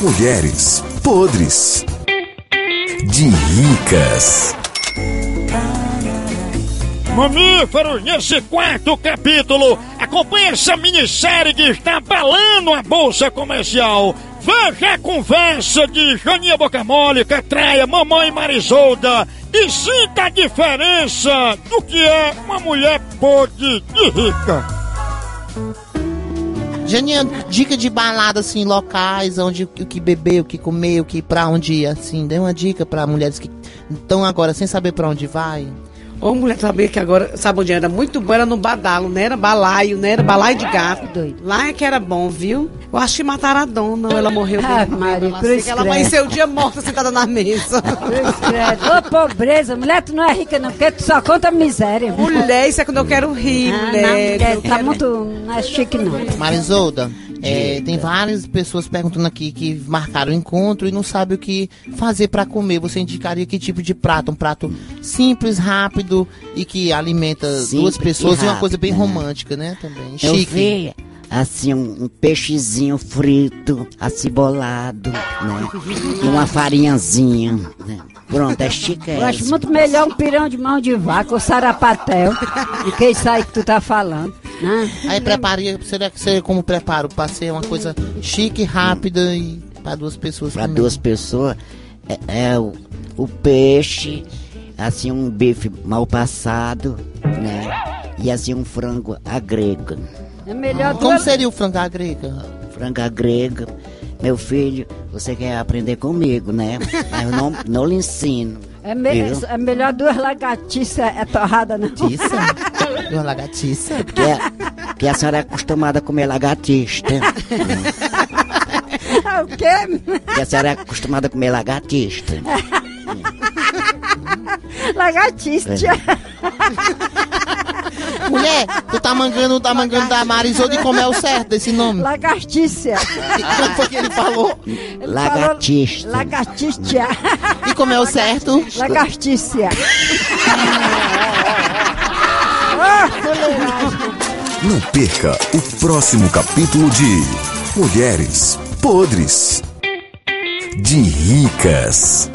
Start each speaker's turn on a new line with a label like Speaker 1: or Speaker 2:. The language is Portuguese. Speaker 1: Mulheres podres de ricas.
Speaker 2: Mamíferos, nesse quarto capítulo, acompanhe essa minissérie que está abalando a bolsa comercial. Veja a conversa de Janinha Bocamole, Catraia, Mamãe Marisolda e sinta a diferença do que é uma mulher podre de rica.
Speaker 3: Janinha, dica de balada, assim, locais, onde o que beber, o que comer, o que pra onde ir, assim. Dê uma dica pra mulheres que estão agora sem saber pra onde vai.
Speaker 4: Ô, mulher sabia que agora, sabe onde era muito bom? Era no badalo, não era balaio, não era balaio de gato.
Speaker 5: Tá
Speaker 4: Lá é que era bom, viu? Eu acho que mataram a dona, ou ela morreu de
Speaker 5: Ah,
Speaker 4: medo,
Speaker 5: Maria,
Speaker 4: lá
Speaker 5: cruz
Speaker 4: sei que Ela
Speaker 5: credo.
Speaker 4: amanheceu o dia morta sentada na mesa.
Speaker 5: Cruz credo. Ô, pobreza, mulher, tu não é rica não, porque tu só conta miséria.
Speaker 4: mulher, isso é quando eu quero rir,
Speaker 5: Ah, não,
Speaker 4: mulher.
Speaker 5: mulher,
Speaker 4: eu
Speaker 5: tá
Speaker 4: quero-
Speaker 5: muito. Não é chique não.
Speaker 3: Marisolda, é, tem várias pessoas perguntando aqui que marcaram o encontro e não sabe o que fazer pra comer. Você indicaria que tipo de prato? Um prato simples, rápido e que alimenta
Speaker 6: Simples
Speaker 3: duas
Speaker 6: e
Speaker 3: pessoas e, uma coisa bem
Speaker 6: rápido, né?
Speaker 3: romântica, né? Também.
Speaker 6: Eu
Speaker 3: Chique.
Speaker 6: vi, assim, um, um peixezinho frito, acebolado, né? E uma farinhazinha, né? Pronto, é chique
Speaker 5: Eu acho
Speaker 6: essa.
Speaker 5: muito melhor um pirão de mão de vaca, ou sarapatel, do que isso aí que tu tá falando. Né?
Speaker 3: Aí prepararia, será que seria como preparo? Pra ser uma coisa chique, rápida e pra duas pessoas
Speaker 6: Pra
Speaker 3: comer.
Speaker 6: duas pessoas, é, é o, o peixe, assim, um bife mal passado, né? E assim, um frango à grega.
Speaker 5: É melhor
Speaker 3: Como
Speaker 5: duas.
Speaker 3: seria o frango à grega?
Speaker 6: Frango à grega. Meu filho, você quer aprender comigo, né? Mas eu não, não lhe ensino.
Speaker 5: É, me-
Speaker 6: viu?
Speaker 5: é melhor duas lagartixas é torrada, não.
Speaker 3: Tiça? Uma lagartiça?
Speaker 6: Que, a- que a senhora é acostumada a comer lagartista.
Speaker 5: É o quê?
Speaker 6: E a senhora é acostumada a comer lagartista.
Speaker 5: Lagartixa.
Speaker 3: Mulher, tu tá mangando, tá mangando da Marisolda e como é o certo desse nome?
Speaker 5: Lagartixa.
Speaker 3: Como foi que ele falou?
Speaker 5: Ele
Speaker 6: Lagartista.
Speaker 5: falou Lagartixa.
Speaker 3: E como é o certo?
Speaker 5: Lagartixa.
Speaker 1: Não perca o próximo capítulo de Mulheres podres de ricas.